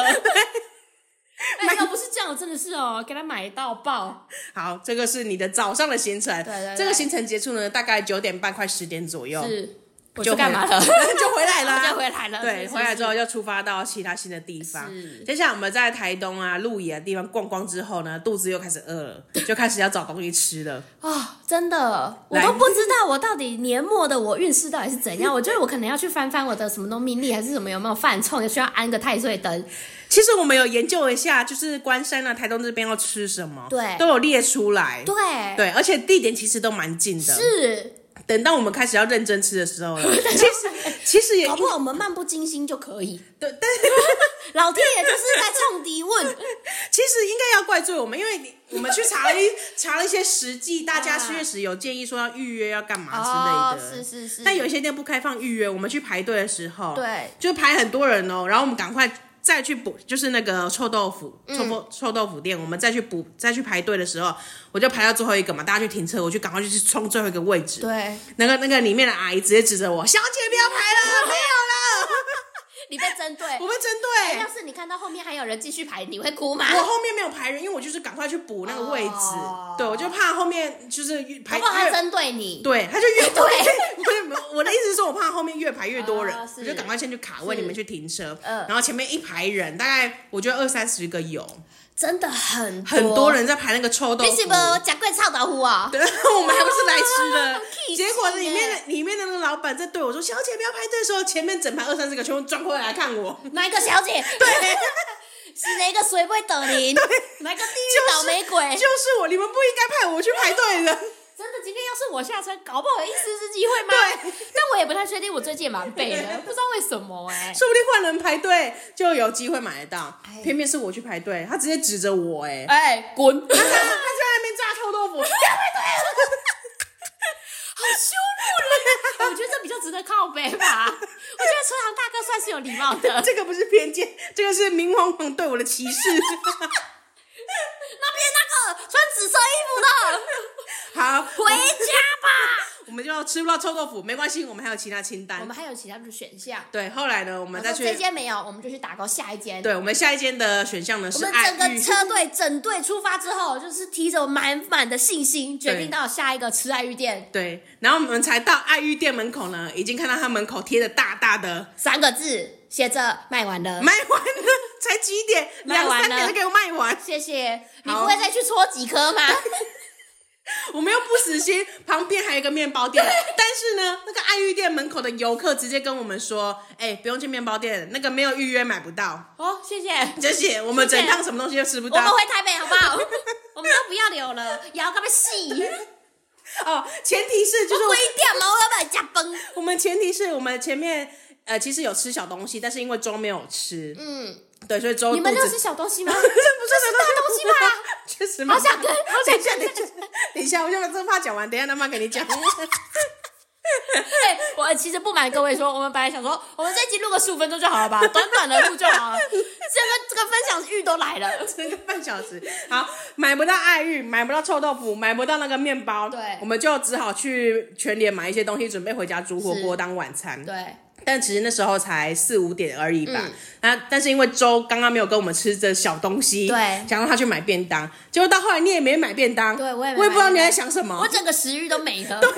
Speaker 1: 哎，要不是这样，我真的是哦，给他买到爆。
Speaker 2: 好，这个是你的早上的行程。
Speaker 1: 对对对
Speaker 2: 这个行程结束呢，大概九点半快十点左右。
Speaker 1: 是，我
Speaker 2: 就
Speaker 1: 去干
Speaker 2: 回
Speaker 1: 嘛了？
Speaker 2: 就回来了啊，
Speaker 1: 我 就回来了是
Speaker 2: 对，
Speaker 1: 是
Speaker 2: 回来之后要出发到其他新的地方
Speaker 1: 是。
Speaker 2: 接下来我们在台东啊露营的地方逛逛之后呢，肚子又开始饿 了，就开始要找东西吃了。
Speaker 1: 啊、真的，我
Speaker 2: 来
Speaker 1: 都不知道我到底年末的我运势到底是怎样。我觉得我可能要去翻翻我的什么农民历，还是什么有没有犯冲，需要安个太岁灯。
Speaker 2: 其实我们有研究一下，就是关山啊、台东这边要吃什么，
Speaker 1: 对
Speaker 2: 都有列出来。
Speaker 1: 对，
Speaker 2: 对，而且地点其实都蛮近的。
Speaker 1: 是，
Speaker 2: 等到我们开始要认真吃的 时候了，其实其实也
Speaker 1: 搞不好我们漫不经心就可以。
Speaker 2: 对，但
Speaker 1: 老天爷就是在冲敌 问，
Speaker 2: 其实应该要怪罪我们，因为你我们去 查了一查了一些实际，大家确实有建议说要预约要干嘛之类的。
Speaker 1: 哦是是是
Speaker 2: 但有一些店不开放预约，我们去排队的时候，
Speaker 1: 对，
Speaker 2: 就排很多人哦，然后我们赶快。再去补，就是那个臭豆腐、
Speaker 1: 嗯
Speaker 2: 臭豆、臭豆腐店，我们再去补，再去排队的时候，我就排到最后一个嘛，大家去停车，我就赶快去冲最后一个位置。
Speaker 1: 对
Speaker 2: 那个那个里面的阿姨直接指着我：“小姐，不要排 了，没有了。
Speaker 1: 你被针对”
Speaker 2: 我。被针对。
Speaker 1: 要是你看到后面还有人继续排，你会哭吗？
Speaker 2: 我后面没有排人，因为我就是赶快去补那个位置。
Speaker 1: 哦
Speaker 2: 对，我就怕后面就是越排
Speaker 1: 搞不好他
Speaker 2: 越
Speaker 1: 针对你，
Speaker 2: 对，他就越
Speaker 1: 对
Speaker 2: 我也没有我的意思是说，我怕后面越排来越多人，
Speaker 1: 啊是
Speaker 2: 我就赶快先去卡位，
Speaker 1: 是
Speaker 2: 你们去停车。
Speaker 1: 嗯
Speaker 2: 然后前面一排人，大概我觉得二三十个有，
Speaker 1: 真的很多
Speaker 2: 很多。人在排那个臭豆腐。
Speaker 1: 你是不假贵臭豆腐啊？
Speaker 2: 对， 我们还不是来吃 的。
Speaker 1: 气
Speaker 2: 结果
Speaker 1: 死
Speaker 2: 里面的里面的那个老板在对我说：“小姐，不要排队。”的时候，前面整排二三十个全部转过来看我。
Speaker 1: 哪一个小姐？
Speaker 2: 对，
Speaker 1: 是哪一个水鬼等您？哪一个地
Speaker 2: 就是
Speaker 1: 狱倒霉鬼？
Speaker 2: 就是我，你们不应该派我去排队的。
Speaker 1: 真的，今天要是我下车，搞不好有一丝丝机会吗？
Speaker 2: 对，
Speaker 1: 但我也不太确定，我最近也蛮背 的，不知道为什么哎、
Speaker 2: 说不定换人排队就有机会买得到
Speaker 1: 哎。
Speaker 2: 偏偏是我去排队，他直接指着我、哎、
Speaker 1: 哎、 滚！好羞
Speaker 2: 他在那边炸臭豆腐，
Speaker 1: 辱人，我觉得这比较值得靠背吧。我觉得车行大哥算是有礼貌的，
Speaker 2: 这个不是偏见，这个是明晃晃对我的歧视。
Speaker 1: 那边那个穿紫色衣
Speaker 2: 好，
Speaker 1: 服的，回家吧。
Speaker 2: 我们就吃不到臭豆腐，没关系，我们还有其他清
Speaker 1: 我
Speaker 2: 单。
Speaker 1: 们还有其他的选项，
Speaker 2: 对，后来呢，我
Speaker 1: 我
Speaker 2: 们
Speaker 1: 说
Speaker 2: 再去
Speaker 1: 这间没有，我们就去打勾下一间。
Speaker 2: 对，我们下一间的选项呢
Speaker 1: 我
Speaker 2: 是
Speaker 1: 们
Speaker 2: 爱
Speaker 1: 整
Speaker 2: 玉
Speaker 1: 个，车队整队出发之后，就是提着满满的信心，决定到下一个吃爱玉店
Speaker 2: 对，然后我们才到爱玉店门口呢，已经看到他门口贴的大大的
Speaker 1: 三个字，写着卖完了。
Speaker 2: 卖完了，才几点？
Speaker 1: 卖
Speaker 2: 两
Speaker 1: 完
Speaker 2: 三
Speaker 1: 了
Speaker 2: 点就给我卖完，
Speaker 1: 谢谢，你
Speaker 2: 好
Speaker 1: 不会再去搓几颗 吗？
Speaker 2: 我们又不死心。旁边还有一个面包店，但是呢，那个爱玉店门口的游客直接跟我们说：“哎、不用去面包店，那个没有预约买不到。
Speaker 1: 哦，谢 谢，”
Speaker 2: 谢谢，我们
Speaker 1: 谢
Speaker 2: 整
Speaker 1: 谢
Speaker 2: 趟什么东西都吃不
Speaker 1: 我们
Speaker 2: 到。
Speaker 1: 回台北好不好？我们都不要留了，摇个戏，我
Speaker 2: 哦，前提是就是
Speaker 1: 规定毛老板加崩。
Speaker 2: 我们前提是我们前面呃其实有吃小东西，但是因为粥没有吃，
Speaker 1: 嗯，
Speaker 2: 对，所以粥
Speaker 1: 你们
Speaker 2: 哦肚
Speaker 1: 那
Speaker 2: 子
Speaker 1: 是小东西吗？
Speaker 2: 这不是
Speaker 1: 大东西吧？
Speaker 2: 确实蛮
Speaker 1: 好想跟，好
Speaker 2: 等
Speaker 1: 想
Speaker 2: 一下，等一下，等一下，我就把这话讲完，等一下他妈给你讲。
Speaker 1: 对我其实不瞒各位说，我们本来想说，我们这集录个十五分钟就好了吧，短短的录就好了。这个这个分享欲都来了。
Speaker 2: 整个半小时，好，买不到爱玉，买不到臭豆腐，买不到那个面包，
Speaker 1: 对
Speaker 2: 我们就只好去全联买一些东西，准备回家煮火锅
Speaker 1: 是
Speaker 2: 当晚餐。
Speaker 1: 对，
Speaker 2: 但其实那时候才四五点而已吧
Speaker 1: 嗯。
Speaker 2: 那、但是因为周刚刚没有跟我们吃这小东西，
Speaker 1: 对
Speaker 2: 想让他去买便当，结果到后来你也没买便当，
Speaker 1: 对我也没
Speaker 2: 不知道
Speaker 1: 买
Speaker 2: 你
Speaker 1: 便
Speaker 2: 在
Speaker 1: 当
Speaker 2: 想什么。
Speaker 1: 我整个食欲都没了，
Speaker 2: 对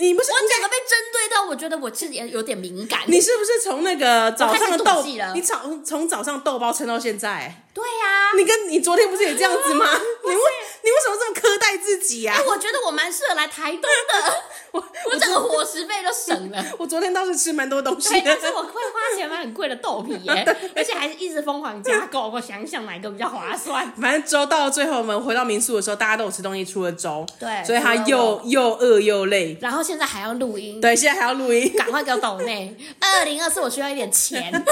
Speaker 2: 你，你不是
Speaker 1: 我
Speaker 2: 应该
Speaker 1: 整个被针对到，我觉得我自己有点敏感。
Speaker 2: 你是不是从那个早上的
Speaker 1: 我开
Speaker 2: 豆
Speaker 1: 始妒忌了，
Speaker 2: 你早从早上豆包撑到现在？
Speaker 1: 对啊呀、
Speaker 2: 你跟你昨天不是也这样子 吗？你为你为什么这么苛待自己啊呀、
Speaker 1: 哎，我觉得我蛮适合来台东的，
Speaker 2: 我
Speaker 1: 我整个伙食费都省了。
Speaker 2: 我昨天倒是吃蛮多东西
Speaker 1: 对，
Speaker 2: 的
Speaker 1: 但，是我会花钱买很贵的豆皮耶，而且还是一直疯狂加购。我想想哪一个比较划算？
Speaker 2: 反正粥到最后我们回到民宿的时候，大家都有吃东西，除了粥，
Speaker 1: 对
Speaker 2: 所以他
Speaker 1: 除了
Speaker 2: 又又饿又累，
Speaker 1: 然后现在还要录音，
Speaker 2: 对，现在还要录音。
Speaker 1: 赶快给我抖内。二零二四我需要一点钱。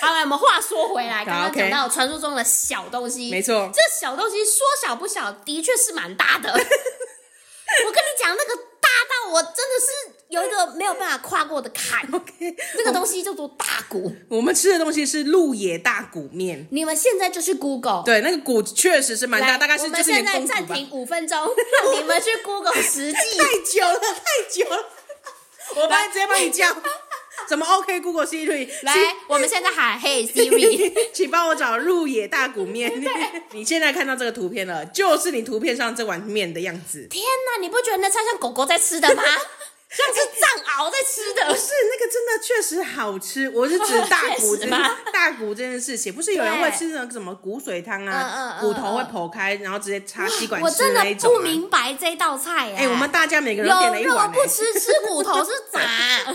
Speaker 1: 好了，我们话说回来，刚
Speaker 2: 好
Speaker 1: 刚讲
Speaker 2: ，OK
Speaker 1: 到传说中的小东西，
Speaker 2: 没错
Speaker 1: 这小东西说小不小，的确是蛮大 的。我跟你讲，那个大到我真的是有一个没有办法跨过的坎。
Speaker 2: OK，
Speaker 1: 这个东西叫做大骨。
Speaker 2: 我们吃的东西是鹿野大骨面，
Speaker 1: 你们现在就去 Google，
Speaker 2: 对，那个骨确实是蛮大，
Speaker 1: 来
Speaker 2: 大概是
Speaker 1: 我
Speaker 2: 就
Speaker 1: 们
Speaker 2: 是你
Speaker 1: 现在
Speaker 2: 的公主
Speaker 1: 暂
Speaker 2: 吧。
Speaker 1: 停五分钟，让你们去 Google 实 际。
Speaker 2: 太久了，太久 了，我刚才直接帮你叫，什么 OK Google Siri，
Speaker 1: 来
Speaker 2: 请，
Speaker 1: 我们现在喊 Hey Siri，
Speaker 2: 请 帮我找入野大骨 面。 你现在看到这个图片了，就是你图片上这碗面的样子。
Speaker 1: 天哪，你不觉得那超像狗狗在吃 的吗？像是藏獒在吃
Speaker 2: 不
Speaker 1: 的。
Speaker 2: 是那个真的确实好吃，我是指大 骨
Speaker 1: 确
Speaker 2: 这
Speaker 1: 实吗
Speaker 2: 大骨这件事情，不是有人会吃那种什么骨髓汤
Speaker 1: 嗯
Speaker 2: 啊，
Speaker 1: 嗯嗯
Speaker 2: 骨头会剖开，然后直接插吸管
Speaker 1: 我
Speaker 2: 吃
Speaker 1: 真
Speaker 2: 那一
Speaker 1: 的
Speaker 2: 种、啊。
Speaker 1: 不明白这道菜哎、
Speaker 2: 哎、我们大家每个人都点了一
Speaker 1: 有
Speaker 2: 碗、
Speaker 1: 肉
Speaker 2: 哎
Speaker 1: 不吃，吃骨头是 咋？
Speaker 2: 哎、那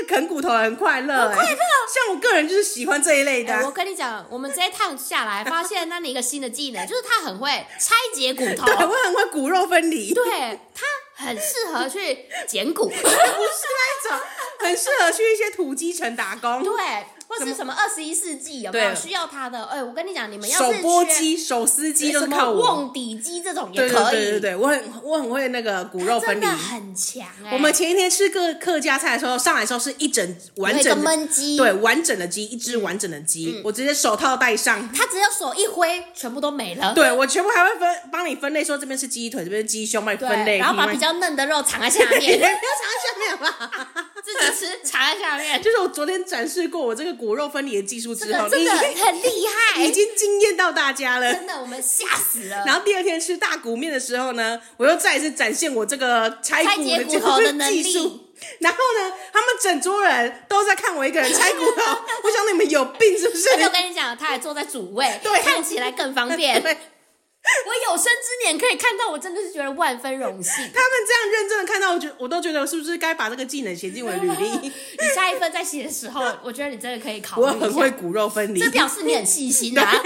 Speaker 2: 个啃骨头很快乐、很快乐。像我个人就是喜欢这一类的啊、
Speaker 1: 哎我跟你讲，我们这一趟下来，发现那你一个新的技能，就是他很会拆解骨头，
Speaker 2: 对，我很会骨肉分离，不是
Speaker 1: 对他很适合去捡 骨。
Speaker 2: 那一种，很适合去一些土鸡城打工。
Speaker 1: 啊对，啊或是什么二十一世纪有没
Speaker 2: 对
Speaker 1: 有需要它的？哎、我跟你讲，你们要
Speaker 2: 手
Speaker 1: 是
Speaker 2: 剥
Speaker 1: 缺
Speaker 2: 鸡、手撕鸡都
Speaker 1: 什
Speaker 2: 是
Speaker 1: 么
Speaker 2: 靠我。
Speaker 1: 瓮底鸡这种也
Speaker 2: 对对
Speaker 1: 可以，哎
Speaker 2: 对对对，我很我很会那个骨肉分
Speaker 1: 真
Speaker 2: 离
Speaker 1: 的。很强哎、
Speaker 2: 我们前一天吃个客家菜的时候，上来的时候是一整完
Speaker 1: 有一个
Speaker 2: 整的
Speaker 1: 焖鸡，
Speaker 2: 对，完整的鸡，一只完整的鸡，我直接手套戴上。
Speaker 1: 它只要手一挥，全部都没了。
Speaker 2: 对我全部还会分帮你分类，说这边是鸡腿，这边是鸡胸，帮你
Speaker 1: 对
Speaker 2: 分类。
Speaker 1: 然后把
Speaker 2: 另外
Speaker 1: 比较嫩的肉藏在下
Speaker 2: 不要藏
Speaker 1: 面，
Speaker 2: 在下面吧。
Speaker 1: 自己吃，藏在下 面，
Speaker 2: 就是我昨天展示过我这个骨肉分离的技术
Speaker 1: 这
Speaker 2: 之后，
Speaker 1: 个真的
Speaker 2: 你
Speaker 1: 很厉
Speaker 2: 已
Speaker 1: 害，
Speaker 2: 经惊艳到大家了。
Speaker 1: 真的我们吓死了。
Speaker 2: 然后第二天吃大骨面的时候呢，我又再一次展现我这个拆
Speaker 1: 拆
Speaker 2: 骨
Speaker 1: 解
Speaker 2: 的
Speaker 1: 骨头的能
Speaker 2: 技术
Speaker 1: 力。
Speaker 2: 然后呢，他们整桌人都在看我一个人拆骨头，我想你们有病是不是？
Speaker 1: 而且我跟你讲，他还坐在主位，
Speaker 2: 对
Speaker 1: 看起来更方便。
Speaker 2: 对
Speaker 1: 我有生之年可以看到，我真的是觉得万分荣幸。
Speaker 2: 他们这样认真的看到，我觉我都觉得是不是该把这个技能写进我的 履历？
Speaker 1: 你下一份在写的时 候，我觉得你真的可以考
Speaker 2: 我
Speaker 1: 虑
Speaker 2: 很
Speaker 1: 一
Speaker 2: 会
Speaker 1: 下。
Speaker 2: 骨肉分离，
Speaker 1: 这表示你很细心啊，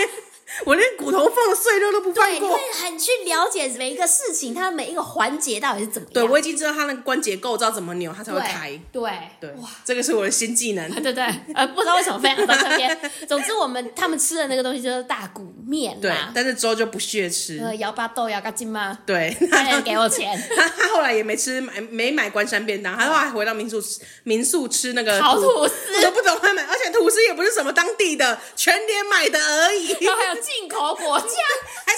Speaker 2: 我连骨头缝的碎肉都不
Speaker 1: 对，
Speaker 2: 放
Speaker 1: 你
Speaker 2: 过
Speaker 1: 会。很去了解每一个事情，它每一个环节到底是怎么样。
Speaker 2: 对，我已经知道它那个关节构造怎么扭，它才会开
Speaker 1: 对。对
Speaker 2: 对
Speaker 1: 哇，
Speaker 2: 这个是我的新技能。
Speaker 1: 对对对，呃，不知道为什么分享到这边。 总之，我们他们吃的那个东西就是大骨面
Speaker 2: 对
Speaker 1: 啦，，
Speaker 2: 但是粥就不屑吃。
Speaker 1: 呃，摇巴豆、摇嘎金 妈，
Speaker 2: 对，
Speaker 1: 快点哎给我钱，
Speaker 2: 他他后来也没吃，买没买关山便当，他后来回到民宿吃民宿吃那个
Speaker 1: 烤吐
Speaker 2: 我
Speaker 1: 司，
Speaker 2: 都不懂他们，而且吐司也不是什么当地的，全年买的而已，还是
Speaker 1: 然后还有进口果 酱、
Speaker 2: 那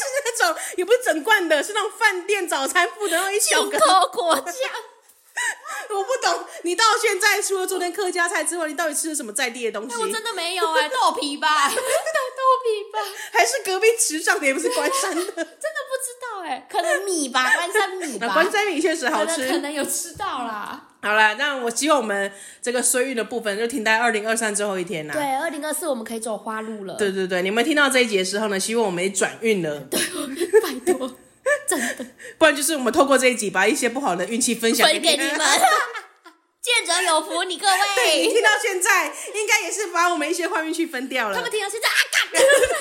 Speaker 2: 种也不是整罐的，是那种饭店早餐附的那种一小
Speaker 1: 进
Speaker 2: 个。
Speaker 1: 口果 酱，
Speaker 2: 我不懂，你到现在除了做天客家菜之外，你到底吃了什么在地的东西
Speaker 1: 哎，？我真的没有哎，豆皮 吧，豆皮吧，
Speaker 2: 还是隔壁池上的，也不是关 山的。
Speaker 1: 真的不知道哎，可能米吧，关山米
Speaker 2: 那
Speaker 1: 吧，
Speaker 2: 啊关山米确实
Speaker 1: 可
Speaker 2: 好
Speaker 1: 能可
Speaker 2: 吃。啊
Speaker 1: 能有吃到啦。
Speaker 2: 好啦，那我希望我们这个衰运的部分就停在二零二三最后一天啦。啊
Speaker 1: 对，二零二四我们可以走花路了，
Speaker 2: 对对对，你们听到这一集的时候呢，希望我们也转运了。
Speaker 1: 拜托，真的
Speaker 2: 不然就是我们透过这一集把一些不好的运气分享
Speaker 1: 分给
Speaker 2: 给
Speaker 1: 你 们
Speaker 2: 们。，
Speaker 1: 见者有福，你各
Speaker 2: 对你
Speaker 1: 位。
Speaker 2: 听到现在，应该也是把我们一些坏运气分掉
Speaker 1: 他
Speaker 2: 了
Speaker 1: 们。听到现在啊，干
Speaker 2: 没有。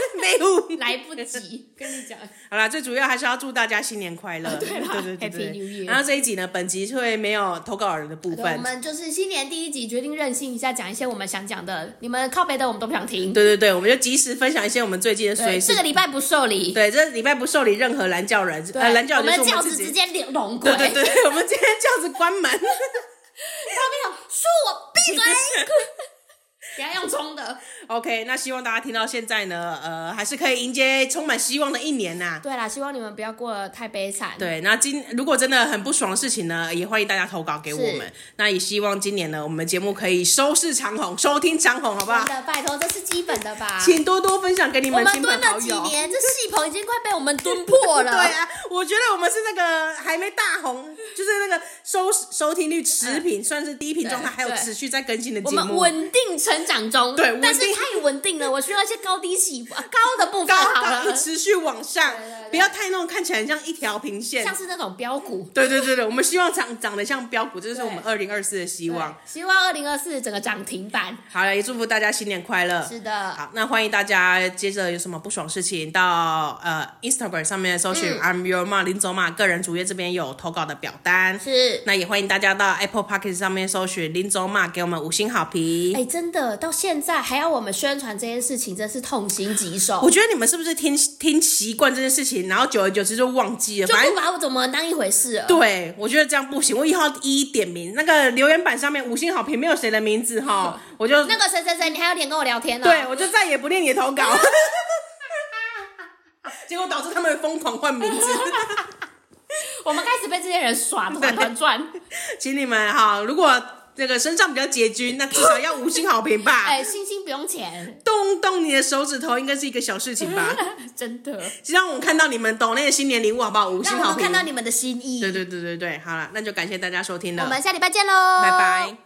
Speaker 1: 来不及，跟你讲，
Speaker 2: 好啦，最主要还是要祝大家新年快乐。
Speaker 1: 对啦
Speaker 2: 对对
Speaker 1: Happy New
Speaker 2: 对。
Speaker 1: Year
Speaker 2: 然后这一集呢，本集会没有投稿人的部
Speaker 1: 对我
Speaker 2: 分。
Speaker 1: 们就是新年第一集，决定任性一下，讲一些我们想讲的，你们靠背的我们都不想听。
Speaker 2: 对对对，我们就及时分享一些我们最近的
Speaker 1: 对，
Speaker 2: 随
Speaker 1: 这
Speaker 2: 事
Speaker 1: 个。礼拜不受理，
Speaker 2: 对，这礼拜不受理任何蓝教人，
Speaker 1: 对
Speaker 2: 呃，蓝教
Speaker 1: 我
Speaker 2: 人
Speaker 1: 们
Speaker 2: 就
Speaker 1: 的
Speaker 2: 是我
Speaker 1: 轿
Speaker 2: 们
Speaker 1: 子
Speaker 2: 自
Speaker 1: 直
Speaker 2: 己。
Speaker 1: 接龙滚。
Speaker 2: 对对对，我们今天轿子关门。
Speaker 1: 他们想说我闭嘴， 给他用冲的。
Speaker 2: OK，那希望大家听到现在呢，呃，还是可以迎接充满希望的一年呐、
Speaker 1: 对啦，希望你们不要过得太悲惨。
Speaker 2: 对，那今如果真的很不爽的事情呢，也欢迎大家投稿给我们
Speaker 1: 是。
Speaker 2: 那也希望今年呢，我们节目可以收视长虹，收听长虹，好不好
Speaker 1: 真？的，拜托，这是基本的 吧？
Speaker 2: 请多多分享给你
Speaker 1: 我
Speaker 2: 们
Speaker 1: 们
Speaker 2: 亲
Speaker 1: 蹲
Speaker 2: 朋好
Speaker 1: 了几
Speaker 2: 友。
Speaker 1: 年，这戏棚已经快被我们蹲破
Speaker 2: 对
Speaker 1: 了。
Speaker 2: 啊，我觉得我们是那个还没大红，就是那个收收听率持平，算是低频状态，
Speaker 1: 对
Speaker 2: 还有
Speaker 1: 对
Speaker 2: 持续在更新的
Speaker 1: 我
Speaker 2: 节
Speaker 1: 们
Speaker 2: 目。
Speaker 1: 稳定成长中，
Speaker 2: 对稳定
Speaker 1: 但是太稳定了，我需要一些高低起伏，高的部分
Speaker 2: 高
Speaker 1: 好
Speaker 2: 高
Speaker 1: 了，
Speaker 2: 持续往上
Speaker 1: 对对，对
Speaker 2: 不要太那种看起来很像一条平线
Speaker 1: 像。是那种标股。
Speaker 2: 对对对对，我们希望长长得像标股，这就是我们二零二四的希望
Speaker 1: 对。希望二零二四整个涨停板。
Speaker 2: 好了，也祝福大家新年快乐。
Speaker 1: 是的，
Speaker 2: 好，那欢迎大家接着有什么不爽事情，到呃 Instagram 上面搜
Speaker 1: 嗯
Speaker 2: 寻 I'm Your Ma 林走马个人主页这边有投稿的表单。
Speaker 1: 是。
Speaker 2: 那也欢迎大家到 Apple p o c k e t 上面搜寻林走马，给我们五星好评。
Speaker 1: 哎、真的，到现在还要我们宣传这件事情，真是痛心疾首
Speaker 2: 我。觉得你们是不是听听习惯这件事情，然后久而久之就忘记了？
Speaker 1: 就
Speaker 2: 反
Speaker 1: 不
Speaker 2: 正
Speaker 1: 把我怎么当一回事了。
Speaker 2: 对我觉得这样不行，我以后一一点名那个留言板上面五星好评没有谁的名 字哈，我就
Speaker 1: 那个谁谁谁，你还有脸跟我聊天呢、哦
Speaker 2: 对，我就再也不念你的投 稿。结果导致他们疯狂换名字。
Speaker 1: 我们开始被这些人耍团团 转。
Speaker 2: 请你们哈，如果这个身上比较拮据，那至少要五星好评吧。
Speaker 1: 哎、星星不用 钱，
Speaker 2: 动动你的手指头，应该是一个小事情 吧。
Speaker 1: 真的。
Speaker 2: 让我们看到你们懂那个新年礼物，好不好？五星
Speaker 1: 让我
Speaker 2: 好
Speaker 1: 们
Speaker 2: 评。
Speaker 1: 看到你们的心意。
Speaker 2: 对对对对对，好了，那就感谢大家收听了，
Speaker 1: 我们下礼拜见喽，
Speaker 2: 拜拜。